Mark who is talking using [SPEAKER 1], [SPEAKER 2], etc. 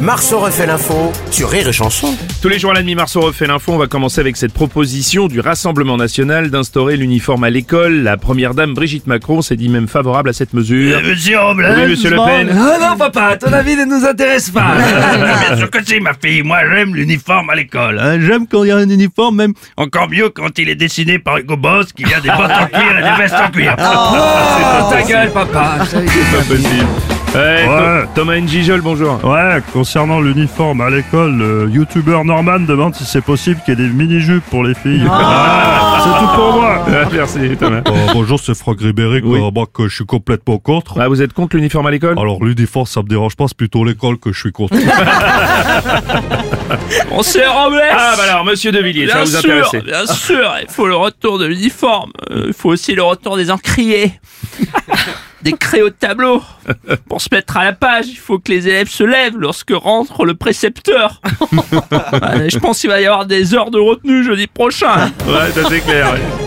[SPEAKER 1] Marceau refait l'info sur Rire et Chanson.
[SPEAKER 2] Tous les jours à la demi-mars, on refait l'info. On va commencer avec cette proposition du Rassemblement National d'instaurer l'uniforme à l'école. La première dame Brigitte Macron s'est dit même favorable à cette
[SPEAKER 3] Eh,
[SPEAKER 2] mesure.
[SPEAKER 4] Euh, Monsieur Robles
[SPEAKER 2] Oui, monsieur Le Pen.
[SPEAKER 4] Non, non, papa, ton avis ne nous intéresse pas Bien sûr que si, ma fille, moi j'aime l'uniforme à l'école. hein. J'aime quand il y a un uniforme, même encore mieux quand il est dessiné par Hugo Boss, qu'il y a des bottes en cuir et des vestes en cuir.
[SPEAKER 2] Ah. Oh,
[SPEAKER 3] Ta gueule, papa.
[SPEAKER 2] C'est pas possible. Ouais,
[SPEAKER 5] Ouais.
[SPEAKER 2] Tho- Thomas N. Gijol, bonjour.
[SPEAKER 4] Oh.
[SPEAKER 5] Ouais, concernant l'uniforme à l'école, le youtubeur Norman demande si c'est possible qu'il y ait des mini-jupes pour les filles.
[SPEAKER 4] Ah.
[SPEAKER 5] c'est tout pour moi
[SPEAKER 2] Ah, Merci Thomas.
[SPEAKER 5] Euh, Bonjour, c'est Franck Ribéry,
[SPEAKER 2] Oui.
[SPEAKER 5] euh, moi, que je suis complètement contre.
[SPEAKER 2] Ah, vous êtes contre l'uniforme à l'école
[SPEAKER 5] Alors l'uniforme, ça me dérange pas, c'est plutôt l'école que je suis contre.
[SPEAKER 3] On sait Robles
[SPEAKER 2] Ah bah alors, monsieur De Villiers, ça va
[SPEAKER 3] Bien
[SPEAKER 2] vous
[SPEAKER 3] sûr,
[SPEAKER 2] intéresser.
[SPEAKER 3] bien sûr, il faut le retour de l'uniforme. Euh, Il faut aussi le retour des encriers. Des crayons de tableau. Pour se mettre à la page, il faut que les élèves se lèvent lorsque rentre le précepteur. Euh, Ouais, je pense qu'il va y avoir des heures de retenue jeudi prochain. hein.
[SPEAKER 2] Ouais, ça c'est clair. ouais.